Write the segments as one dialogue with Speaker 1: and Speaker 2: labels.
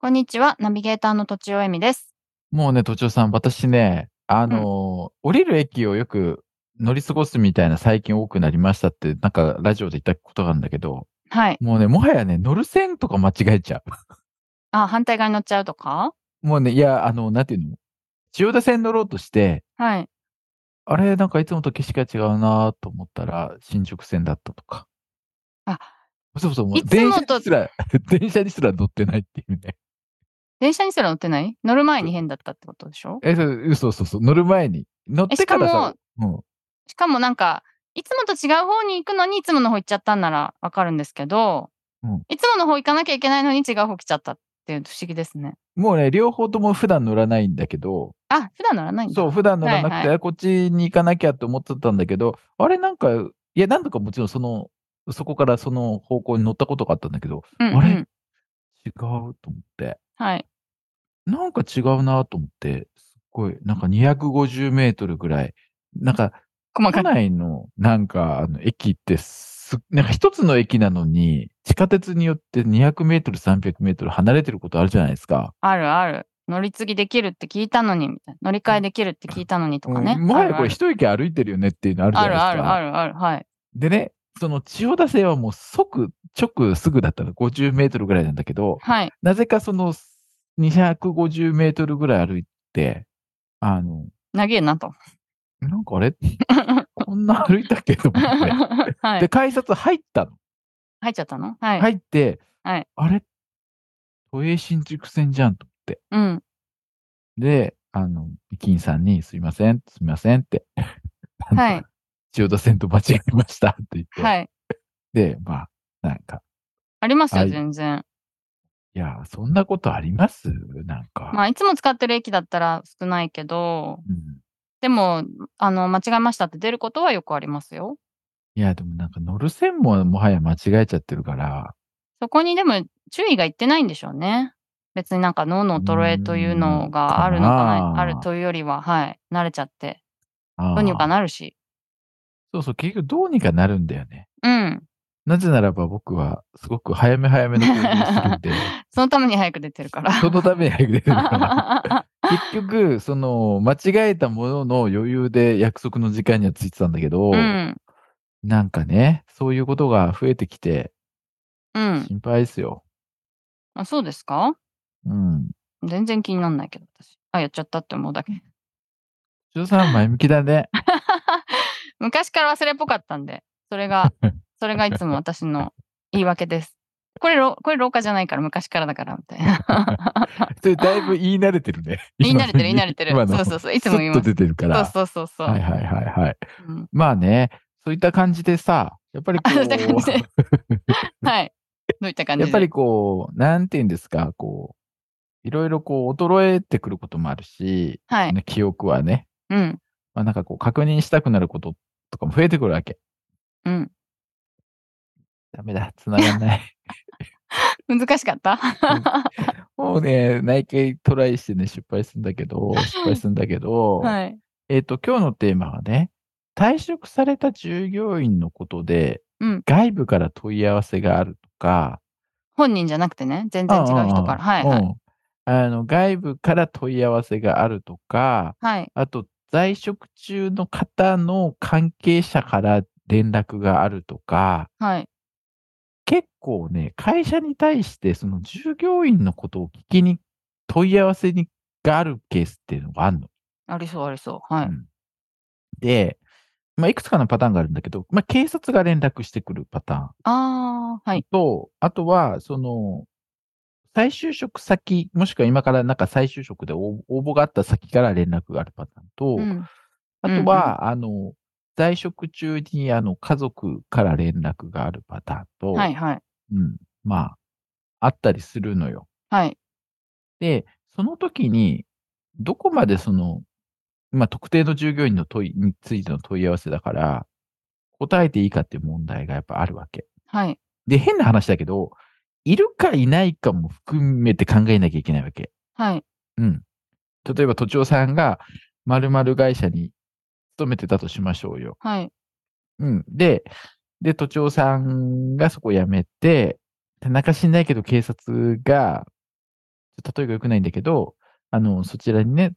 Speaker 1: こんにちは、ナビゲーターのとちおえみです。
Speaker 2: もうね、都庁さん、私ね、あのー降りる駅をよく乗り過ごすみたいな最近多くなりましたって、なんかラジオで言ったことがあるんだけど、
Speaker 1: はい。
Speaker 2: もうね、もはやね、乗る線とか間違えちゃ
Speaker 1: あ、反対側に乗っちゃうとか
Speaker 2: う。もうね、いや、あの、なんていうの千代田線乗ろうとして、
Speaker 1: はい。
Speaker 2: あれ、なんかいつもと景色が違うなと思ったら、新宿線だったとか。
Speaker 1: あ、
Speaker 2: そうそう、もう
Speaker 1: いつ
Speaker 2: 電
Speaker 1: も
Speaker 2: 車
Speaker 1: と
Speaker 2: にすら、 電車にすら乗ってないっていうね。
Speaker 1: 電車にすら乗ってない乗る前に変だったってことでしょ
Speaker 2: え、そうそうそうそう、乗る前に。乗っ
Speaker 1: え
Speaker 2: て
Speaker 1: し
Speaker 2: か
Speaker 1: から
Speaker 2: さ
Speaker 1: も、、
Speaker 2: うん、
Speaker 1: しかもなんか、いつもと違う方に行くのにいつもの方行っちゃったんならわかるんですけど、
Speaker 2: うん
Speaker 1: いつもの方行かなきゃいけないのに違う方来ちゃったっていう不思議ですね。
Speaker 2: もうね、両方とも普段乗らないんだけど、
Speaker 1: あ、普段乗らないんだ。
Speaker 2: そう、普段乗らなくて、
Speaker 1: はいは
Speaker 2: こっちに行かなきゃって思ってたんだけど、あれなんか、いや、なんとかもちろんその、そこからその方向に乗ったことがあったんだけど、
Speaker 1: うん、
Speaker 2: あれ
Speaker 1: うん
Speaker 2: 違うと思って、
Speaker 1: はい。
Speaker 2: なんか違うなと思って、すっごい、なんか250メートルぐらい、なんか、
Speaker 1: 細か
Speaker 2: 都
Speaker 1: い。
Speaker 2: 内の、なんか、あの、駅ってす、なんか一つの駅なのに、地下鉄によって200メートル、300メートル離れてることあるじゃないですか。
Speaker 1: あるある。乗り継ぎできるって聞いたのに、みたいな乗り換えできるって聞いたのにとかね。
Speaker 2: うんもはやこ
Speaker 1: あ
Speaker 2: れ
Speaker 1: る
Speaker 2: 一駅歩いてるよねっていうのあるじゃな
Speaker 1: あ
Speaker 2: いで
Speaker 1: る
Speaker 2: すか。
Speaker 1: あるあるある。はい。
Speaker 2: でね、その千代田線はもう即、直すぐだったの、50メートルぐらいなんだけど、
Speaker 1: はい。
Speaker 2: なぜかその250メートルぐらい歩いて、あの、
Speaker 1: 長えなと。
Speaker 2: なんかあ れこんな歩いたっけと思って。
Speaker 1: は
Speaker 2: で、
Speaker 1: い。
Speaker 2: 改札入ったの。
Speaker 1: 入っちゃったのはい。
Speaker 2: 入って、
Speaker 1: はい
Speaker 2: あれ都営新宿線じゃんと思って。
Speaker 1: うん。
Speaker 2: で、あの、駅員さんに、すいません、すいませんって。あの
Speaker 1: はい。
Speaker 2: 千代田線と間違えましたって言って。
Speaker 1: はい。
Speaker 2: で、まあ、なんか、
Speaker 1: あります
Speaker 2: は
Speaker 1: よ、
Speaker 2: い
Speaker 1: 全然。
Speaker 2: いや、そんなことありますなんか。
Speaker 1: まあ、いつも使ってる駅だったら少ないけど、
Speaker 2: うん
Speaker 1: でも、あの、間違えましたって出ることはよくありますよ。
Speaker 2: いや、でもなんか乗る線ももはや間違えちゃってるから。
Speaker 1: そこにでも注意がいってないんでしょうね。別になんか脳の衰えというのがあるの
Speaker 2: うーん
Speaker 1: か
Speaker 2: か
Speaker 1: な
Speaker 2: な
Speaker 1: あるというよりは、はい。慣れちゃって、
Speaker 2: あー
Speaker 1: どうにかなるし。
Speaker 2: そうそう、結局どうにかなるんだよね。
Speaker 1: うん。
Speaker 2: なぜならば僕はすごく早め早めの行動をする んで、
Speaker 1: そのために早く出てるから。
Speaker 2: そのために早く出てるから。結局、その、間違えたものの余裕で約束の時間にはついてたんだけど、
Speaker 1: うん。
Speaker 2: なんかね、そういうことが増えてきて
Speaker 1: うん。
Speaker 2: 心配ですよ。
Speaker 1: あそうですか
Speaker 2: うん。
Speaker 1: 全然気になんないけど、私。あ、やっちゃったって思うだけ。
Speaker 2: 千代さん前向きだね。
Speaker 1: 昔から忘れっぽかったんで、そ れが、それがいつも私の言い訳です。これろ、これ廊下じゃないから、昔からだから、みたい な。
Speaker 2: それだいぶ言い慣れてるね。
Speaker 1: 言い慣れてる、言い慣れてる。
Speaker 2: 今の
Speaker 1: そうそうそう、いつ
Speaker 2: ス
Speaker 1: も言い
Speaker 2: ッ
Speaker 1: ま
Speaker 2: と
Speaker 1: す。
Speaker 2: 出てるから。
Speaker 1: そうそうそうそう。
Speaker 2: はいはいはいはい。
Speaker 1: うん
Speaker 2: まあね、そういった感じでさ、やっぱりこ
Speaker 1: あそうい った感じ
Speaker 2: う
Speaker 1: で、はい。どういった感じ
Speaker 2: や
Speaker 1: で
Speaker 2: っぱりこう、なんて言うんですか、こう、いろいろこう、衰えてくることもあるし、
Speaker 1: はい。
Speaker 2: ね記憶はね、
Speaker 1: うん。
Speaker 2: まあなんかこう、確認したくなることとかも増えてくるわけ。
Speaker 1: うん。
Speaker 2: ダメだ、繋がん ない。
Speaker 1: 難しかった
Speaker 2: もうね、内見トライしてね、失敗するんだけど、失敗するんだけど、
Speaker 1: はい。
Speaker 2: えっ、と、今日のテーマはね、退職された従業員のことで、
Speaker 1: うん
Speaker 2: 外部から問い合わせがあるとか、
Speaker 1: 本人じゃなくてね、全然違う人から。はい、は
Speaker 2: う
Speaker 1: い。
Speaker 2: んあの、外部から問い合わせがあるとか、
Speaker 1: はい。
Speaker 2: あと、在職中の方の関係者から連絡があるとか、
Speaker 1: はい。
Speaker 2: 結構ね、会社に対して、その従業員のことを聞きに、問い合わせにがあるケースっていうのがあるの。
Speaker 1: ありそう、ありそう。は
Speaker 2: う
Speaker 1: い
Speaker 2: ん。で、まあ、いくつかのパターンがあるんだけど、まあ、警察が連絡してくるパターン
Speaker 1: ああ、はい。
Speaker 2: と、あとは、その、再就職先、もしくは今からなんか再就職で応応募があった先から連絡があるパターンと、
Speaker 1: うん。
Speaker 2: あとは、あの、在職中にあの家族から連絡があるパターンと、
Speaker 1: はい、はい。
Speaker 2: うん、まあ、あったりするのよ。
Speaker 1: はい。
Speaker 2: で、その時に、どこまでその、まあ、特定の従業員の問いについての問い合わせだから、答えていいかっていう問題がやっぱあるわけ。
Speaker 1: はい。
Speaker 2: で、変な話だけど、いるかいないかも含めて考えなきゃいけないわけ。
Speaker 1: はい。
Speaker 2: うん。例えば、都庁さんが〇〇会社に勤めてたとしましょうよ。
Speaker 1: はい。
Speaker 2: うん。で、で、都庁さんがそこ辞めて、田中死んないけど警察が、ちょっと例えが良くないんだけど、あの、そちらにね、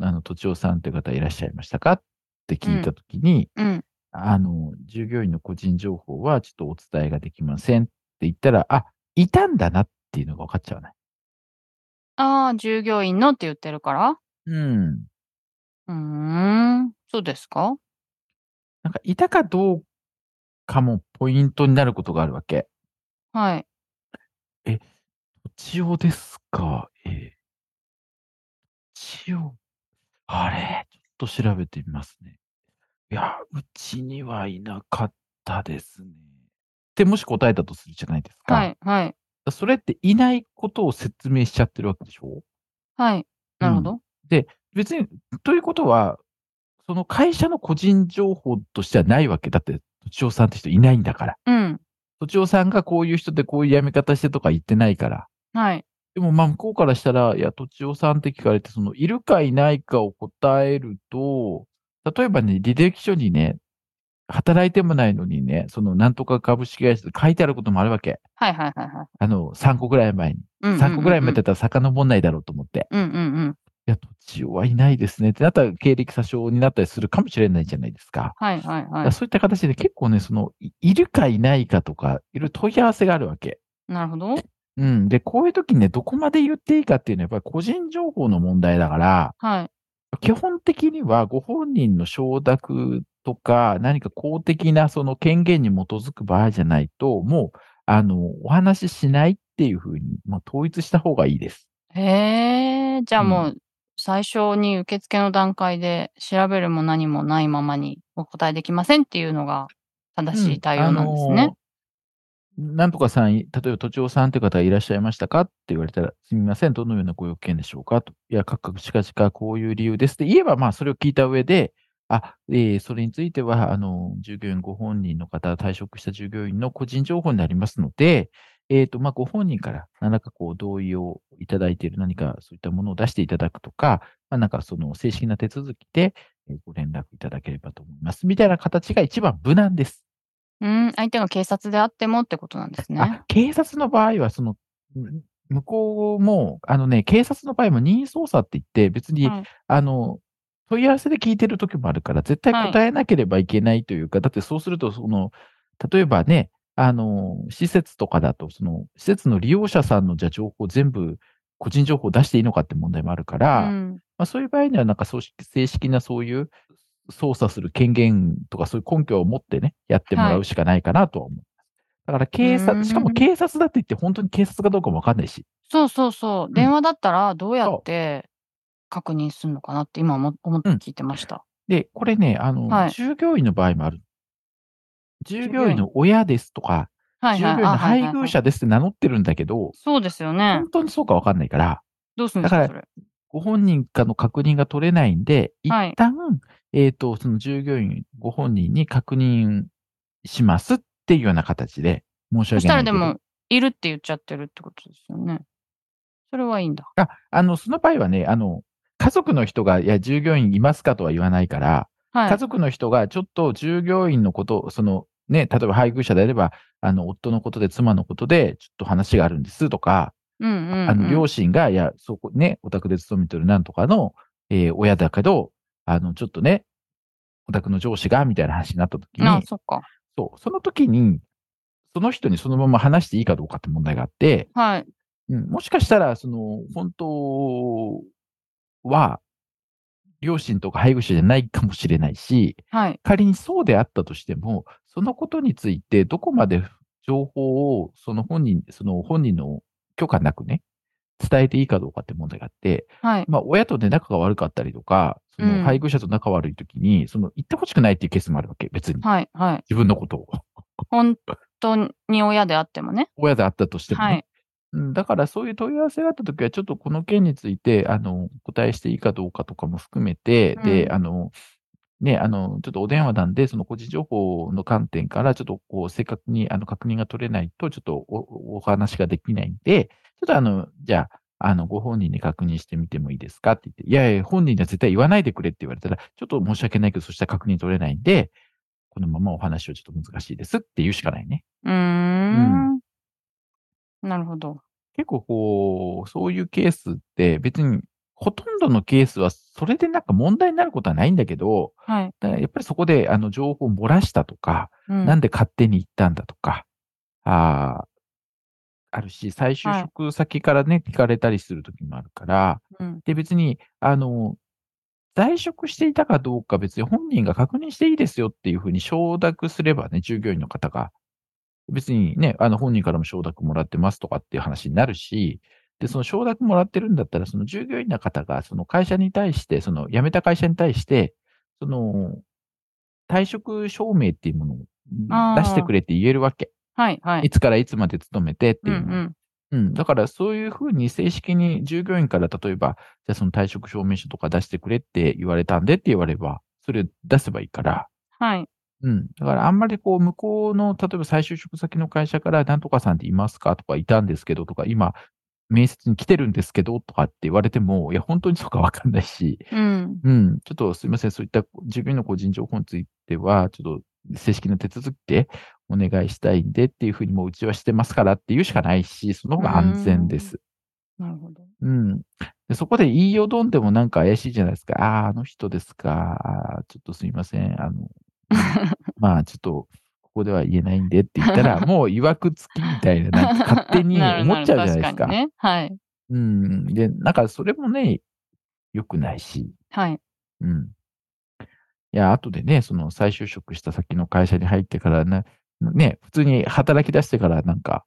Speaker 2: あの、都庁さんという方いらっしゃいましたかって聞いたときに、
Speaker 1: うん。
Speaker 2: あの、従業員の個人情報はちょっとお伝えができませんって言ったら、あ、いたんだなっていうのが分かっちゃうね。
Speaker 1: ああ、従業員のって言ってるから。
Speaker 2: うん。
Speaker 1: うーん。そうですか
Speaker 2: なんか、いたかどうかもポイントになることがあるわけ。
Speaker 1: はい。
Speaker 2: 一応ですか。えー、一応。あれちょっと調べてみますね。いや、うちにはいなかったですね。って、もし答えたとするじゃないですか。
Speaker 1: はい。はい。
Speaker 2: それっていないことを説明しちゃってるわけでしょ
Speaker 1: はい。なるほ
Speaker 2: う
Speaker 1: ど。
Speaker 2: 別に、ということは、その会社の個人情報としてはないわけ。だって、土地さんって人いないんだから。
Speaker 1: うん。
Speaker 2: 土地さんがこういう人でこういうやめ方してとか言ってないから。
Speaker 1: はい。
Speaker 2: でもまあ向こうからしたら、いや、とちおさんって聞かれて、その、いるかいないかを答えると、例えばね、履歴書にね、働いてもないのにね、その、なんとか株式会社って書いてあることもあるわけ。
Speaker 1: はいはいはいはい。
Speaker 2: あの、3個ぐらい前に。
Speaker 1: うんうんうんうん
Speaker 2: 3個ぐらい前だったら遡んないだろうと思って。
Speaker 1: うんうんうん。
Speaker 2: いや、とちおはいないですねってなったら、経歴詐称になったりするかもしれないじゃないですか。
Speaker 1: はいはい
Speaker 2: だ
Speaker 1: は
Speaker 2: からそういった形で結構ね、その、いいるかいないかとか、いろいろ問い合わせがあるわけ。
Speaker 1: い。なるほど。
Speaker 2: うん。で、こういう時にね、どこまで言っていいかっていうのは、やっぱり個人情報の問題だから、
Speaker 1: はい。
Speaker 2: 基本的にはご本人の承諾とか、何か公的なその権限に基づく場合じゃないと、もう、あの、お話ししないっていうふうに、まあ、統一した方がいいです。
Speaker 1: へえ、じゃあ
Speaker 2: うん
Speaker 1: もう、最初に受付の段階で調べるも何もないままにお答えできませんっていうのが正しい対応なんですね。
Speaker 2: あのー。なんとかさん、例えば、都庁さんという方いらっしゃいましたかって言われたら、すみません、どのようなご用件でしょうかと。いや、かっかくしかしかこういう理由ですって言えば、まあ、それを聞いた上で、あ、えーそれについては、あの、従業員ご本人の方、退職した従業員の個人情報になりますので、えっ、と、まあ、ご本人から何らかこう同意をいただいている何かそういったものを出していただくとか、まあ、なんかその正式な手続きでえーご連絡いただければと思います。みたいな形が一番無難です。
Speaker 1: うん、相手が警察であってもってことなんですね
Speaker 2: あ。警察の場合は、その、む向こうも、あのね、警察の場合も任意捜査って言って、別に、
Speaker 1: はい
Speaker 2: あの、問い合わせで聞いてる時もあるから、絶対答えなければいけないというか、だってそうすると、その、例えばね、あの、施設とかだと、その、施設の利用者さんの、じゃあ情報全部、個人情報出していいのかって問題もあるか
Speaker 1: う
Speaker 2: ら、
Speaker 1: ん、
Speaker 2: まあ、そういう場合には、なんか組織正式なそういう操作する権限とか、そういう根拠を持ってね、やってもらうしかないかなとは思う。だから警
Speaker 1: うーん
Speaker 2: 察、しかも警察だって言って、本当に警察かどうかもわかんないし。
Speaker 1: そうそうそう。電話だったらどうやって確認するのかなって今も思って
Speaker 2: うん
Speaker 1: 聞いてました。
Speaker 2: で、これね、あの、
Speaker 1: はい
Speaker 2: 従業員の場合もある。従業
Speaker 1: 従業員
Speaker 2: 員の親ですとか、
Speaker 1: は
Speaker 2: 従
Speaker 1: い
Speaker 2: 業
Speaker 1: は
Speaker 2: 員
Speaker 1: い。
Speaker 2: の
Speaker 1: あは
Speaker 2: 配
Speaker 1: いはいは
Speaker 2: 偶
Speaker 1: い
Speaker 2: 者ですって名乗ってるんだけど、
Speaker 1: そうですよね
Speaker 2: 本。当にそうかわかんないから、
Speaker 1: どうするんですか、
Speaker 2: だ
Speaker 1: そ
Speaker 2: か
Speaker 1: れ。
Speaker 2: ご本人かの確認が取れないんで、一
Speaker 1: はい
Speaker 2: 旦、えっ、と、その従業員、ご本人に確認しますっていうような形で、申し
Speaker 1: そ
Speaker 2: 訳
Speaker 1: し
Speaker 2: な
Speaker 1: た
Speaker 2: い
Speaker 1: ら
Speaker 2: け
Speaker 1: で
Speaker 2: ど。
Speaker 1: も、いるって言っちゃってるってことですよね。それはいいんだ。
Speaker 2: あ、あの、その場合はね、あの、家族の人が、いや、従業員いますかとは言わないから、
Speaker 1: はい。
Speaker 2: 家族の人がちょっと従業員のこと、その、ね、例えば配偶者であれば、あの、夫のことで、妻のことで、ちょっと話があるんですとか、
Speaker 1: うんうん、うん。
Speaker 2: あの、両親が、いや、そこね、お宅で勤めてるなんとかの、えー親だけど、あの、ちょっとね、お宅の上司が、みたいな話になった時
Speaker 1: あ
Speaker 2: に、
Speaker 1: そっか。
Speaker 2: そう、その時に、その人にそのまま話していいかどうかって問題があって、
Speaker 1: はい。
Speaker 2: うん、もしかしたら、その、本当は、両親とか配偶者じゃないかもしれないし、
Speaker 1: はい。
Speaker 2: 仮にそうであったとしても、そのことについて、どこまで情報を、その本人、その本人の許可なくね、伝えていいかどうかって問題があって、
Speaker 1: はい。
Speaker 2: まあ、親とね、仲が悪かったりとか、そ
Speaker 1: うん
Speaker 2: の配偶者と仲悪いときに、その、言ってほしくないっていうケースもあるわけ、別に。
Speaker 1: はい。はい。
Speaker 2: 自分のことを。
Speaker 1: 本当に親であってもね。
Speaker 2: 親であったとしてもね、
Speaker 1: はい。
Speaker 2: うんだからそういう問い合わせがあったときは、ちょっとこの件について、あの、お答えしていいかどうかとかも含めて、で、
Speaker 1: うん
Speaker 2: あの、ね、あの、ちょっとお電話なんで、その個人情報の観点から、ちょっとこう、正確にあの確認が取れないと、ちょっとおお話ができないんで、ちょっとあの、じゃあ、あの、ご本人に確認してみてもいいですかって言って、いやいや、本人には絶対言わないでくれって言われたら、ちょっと申し訳ないけど、そしたら確認取れないんで、このままお話をちょっと難しいですって言うしかないね。
Speaker 1: うーん。なるほど。
Speaker 2: 結構こう、そういうケースって別にほとんどのケースはそれでなんか問題になることはないんだけど、
Speaker 1: はい。
Speaker 2: だからやっぱりそこであの情報を漏らしたとか、
Speaker 1: うん
Speaker 2: なんで勝手に行ったんだとか、あーあるし、再就職先からね、聞かれたりする時もあるから、
Speaker 1: うん
Speaker 2: で別に、あの、在職していたかどうか別に本人が確認していいですよっていうふうに承諾すればね、従業員の方が、別にね、あの本人からも承諾もらってますとかっていう話になるし、で、その承諾もらってるんだったら、その従業員の方が、その会社に対して、その辞めた会社に対して、その、退職証明っていうもの
Speaker 1: あ
Speaker 2: を
Speaker 1: ー
Speaker 2: 出してくれって言えるわけ。
Speaker 1: はい、はいい。
Speaker 2: つからいつまで勤めてって
Speaker 1: う
Speaker 2: い
Speaker 1: んう
Speaker 2: うのを
Speaker 1: ん。
Speaker 2: うん、だからそういうふうに正式に従業員から例えば、じゃあその退職証明書とか出してくれって言われたんでって言われば、それ出せばいいから、
Speaker 1: はい。
Speaker 2: うん。だからあんまりこう向こうの、例えば再就職先の会社から、なんとかさんっていますかとか、いたんですけどとか、今、面接に来てるんですけどとかって言われても、いや、本当にそうかわかんないし、
Speaker 1: う ん。
Speaker 2: うん、ちょっとすみません、そういった自分の個人情報については、ちょっと正式な手続きでお願いしたいんでっていうふうにもううちはしてますからっていうしかないし、その方が安全です。
Speaker 1: なるほど。
Speaker 2: うん。でそこで言いよどんでもなんか怪しいじゃないですか。ああ、あの人ですか。あーちょっとすいません。あの、まあちょっと、ここでは言えないんでって言ったら、もういわくつきみたいな、なんか勝手に
Speaker 1: なる
Speaker 2: 思っちゃうじゃないです
Speaker 1: なる確か
Speaker 2: か。
Speaker 1: にね。はい。
Speaker 2: うん。で、なんかそれもね、良くないし。
Speaker 1: はい。
Speaker 2: うん。いや、後でね、その再就職した先の会社に入ってからね、ね、普通に働き出してからなんか、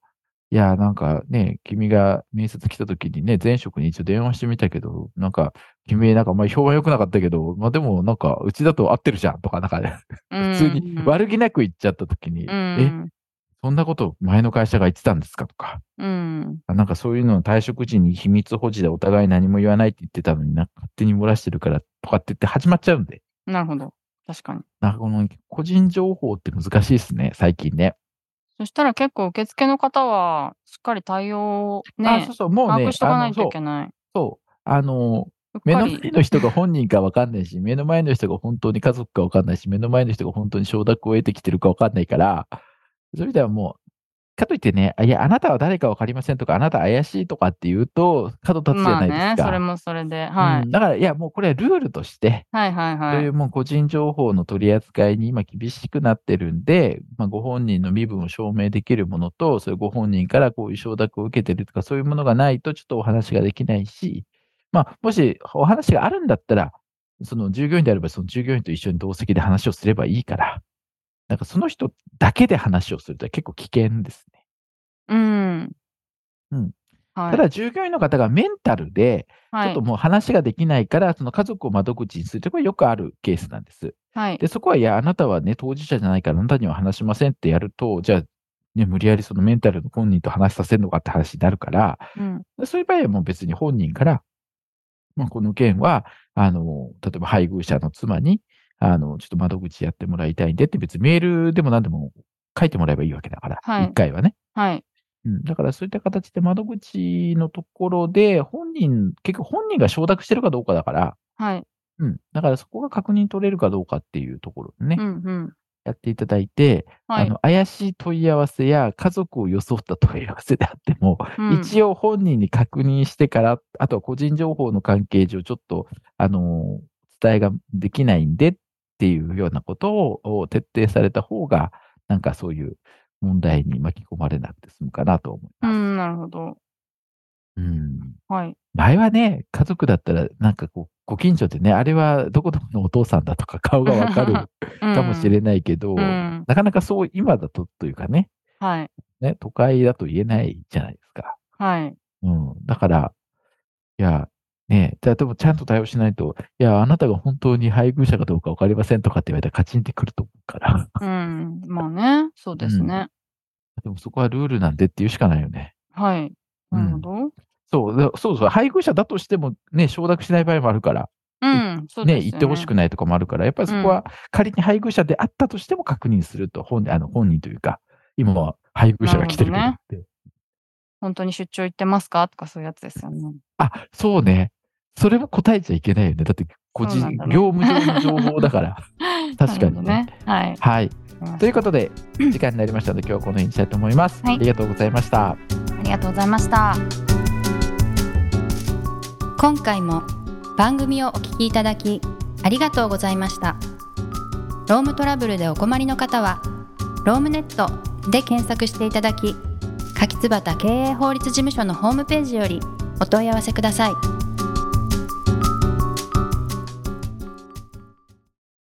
Speaker 2: いや、なんかね、君が面接来た時にね、前職に一応電話してみたけど、なんか、君なんかあんまり評判良くなかったけど、まあでもなんか、うちだと合ってるじゃんとか、なんか、普通に悪気なく言っちゃった時に、
Speaker 1: う
Speaker 2: え、
Speaker 1: ん。
Speaker 2: そんなこと前の会社が言ってたんですかとか、
Speaker 1: うん。
Speaker 2: なんかそういうのを退職時に秘密保持でお互い何も言わないって言ってたのになんか勝手に漏らしてるからとかって言って始まっちゃうんで。
Speaker 1: なるほど。確かに。
Speaker 2: なんかこの個人情報って難しいですね、最近ね。
Speaker 1: そしたら結構受付の方は、しっかり対応を
Speaker 2: あ、そ
Speaker 1: ね
Speaker 2: う、そう、もう
Speaker 1: 把
Speaker 2: ね
Speaker 1: 握し、とかないとい
Speaker 2: そ
Speaker 1: けない。
Speaker 2: う、そう、あの、
Speaker 1: うっ
Speaker 2: 目
Speaker 1: か
Speaker 2: の
Speaker 1: り
Speaker 2: 前の人が本人か分かんないし、目の前の人が本当に家族か分かんないし、目の前の人が本当に承諾を得てきてるか分かんないから、そういう意味ではもう、かといってね、あいや、あなたは誰か分かりませんとか、あなた怪しいとかって言うと、角立つじゃ
Speaker 1: ま
Speaker 2: な
Speaker 1: あ
Speaker 2: いですか。
Speaker 1: ね、それもそれで。は
Speaker 2: うん
Speaker 1: い。
Speaker 2: だから、いや、もうこれはルールとして、
Speaker 1: はいはい
Speaker 2: そう
Speaker 1: はいい。
Speaker 2: うもう個人情報の取り扱いに今厳しくなってるんで、まあ、ご本人の身分を証明できるものと、それご本人からこういう承諾を受けてるとか、そういうものがないとちょっとお話ができないし、まあ、もしお話があるんだったら、その従業員であれば、その従業員と一緒に同席で話をすればいいから、なんかその人だけで話をするって結構危険ですね。
Speaker 1: うん。
Speaker 2: うん。
Speaker 1: は
Speaker 2: た
Speaker 1: い。
Speaker 2: だ従業員の方がメンタルで、ち
Speaker 1: は
Speaker 2: ょっ
Speaker 1: い
Speaker 2: と。もう話ができないから、その家族を窓口にするってこれよくあるケースなんです。
Speaker 1: はい。
Speaker 2: で、そこは、いや、あなたはね、当事者じゃないから、あなたには話しませんってやると、じゃあ、ね、無理やりそのメンタルの本人と話させるのかって話になるから、
Speaker 1: うん。
Speaker 2: そういう場合はもう別に本人から、まあ、この件は、あの、例えば配偶者の妻に、あの、ちょっと窓口やってもらいたいんでって、別にメールでも何でも書いてもらえばいいわけだから、一、
Speaker 1: はい
Speaker 2: 回はね。
Speaker 1: はい。
Speaker 2: うん、だからそういった形で窓口のところで、本人、結局本人が承諾してるかどうかだから、
Speaker 1: はい。
Speaker 2: うん。だからそこが確認取れるかどうかっていうところね。
Speaker 1: うんうん。
Speaker 2: やっていただいて、
Speaker 1: は
Speaker 2: あ
Speaker 1: い
Speaker 2: の。怪しい問い合わせや家族を装った問い合わせであっても、
Speaker 1: うん
Speaker 2: 一応本人に確認してから、あとは個人情報の関係上、ちょっと、あの伝えができないんでっていうようなことをを徹底された方が、なんかそういう問題に巻き込まれなくて済むかなと思いうます。
Speaker 1: ん、なるほど。
Speaker 2: うん
Speaker 1: はい。
Speaker 2: 前はね、家族だったら、なんかこう、ご近所でね、あれはどこどこのお父さんだとか顔がわ かるかもし
Speaker 1: ない。
Speaker 2: れないけど、
Speaker 1: うん
Speaker 2: なかなかそう、今だとというかね、
Speaker 1: はい。
Speaker 2: ね、都会だと言えないじゃないですか。
Speaker 1: はい。
Speaker 2: うん。だから、いや、ね、じゃあでもちゃんと対応しないと、いや、あなたが本当に配偶者かどうか分かりませんとかって言われたらカチンってくると思うから、
Speaker 1: うん。まあね、そうですね。
Speaker 2: でもそこはルールなんでっていうしかないよね。
Speaker 1: はい。なるほど。
Speaker 2: そう、だそうそう、配偶者だとしてもね、承諾しない場合もあるから、
Speaker 1: うん、そう
Speaker 2: ね、
Speaker 1: ですよね。
Speaker 2: 言ってほしくないとかもあるから、やっぱりそこは仮に配偶者であったとしても確認すると、本あの本人というか、今は配偶者が来てるけどって。
Speaker 1: 本当に出張行ってますかとかそういうやつですよね。
Speaker 2: あ、そうね。それも答えちゃいけないよね。だって、個
Speaker 1: そ
Speaker 2: 人、
Speaker 1: うなんだね
Speaker 2: 業務上の情報だ から。確かにね
Speaker 1: なるほどはい。
Speaker 2: はい。
Speaker 1: あ
Speaker 2: ということ で、時間になりましたので、今日はこの辺にしたいと思います。
Speaker 1: はい
Speaker 2: ありがとうございました。
Speaker 1: りがとうございました。
Speaker 3: 今回も番組をお聞きいただきありがとうございましたロームトラブルでお困りの方は「ロームネット」で検索していただき柿椿経営法律事務所のホームページよりお問い合わせください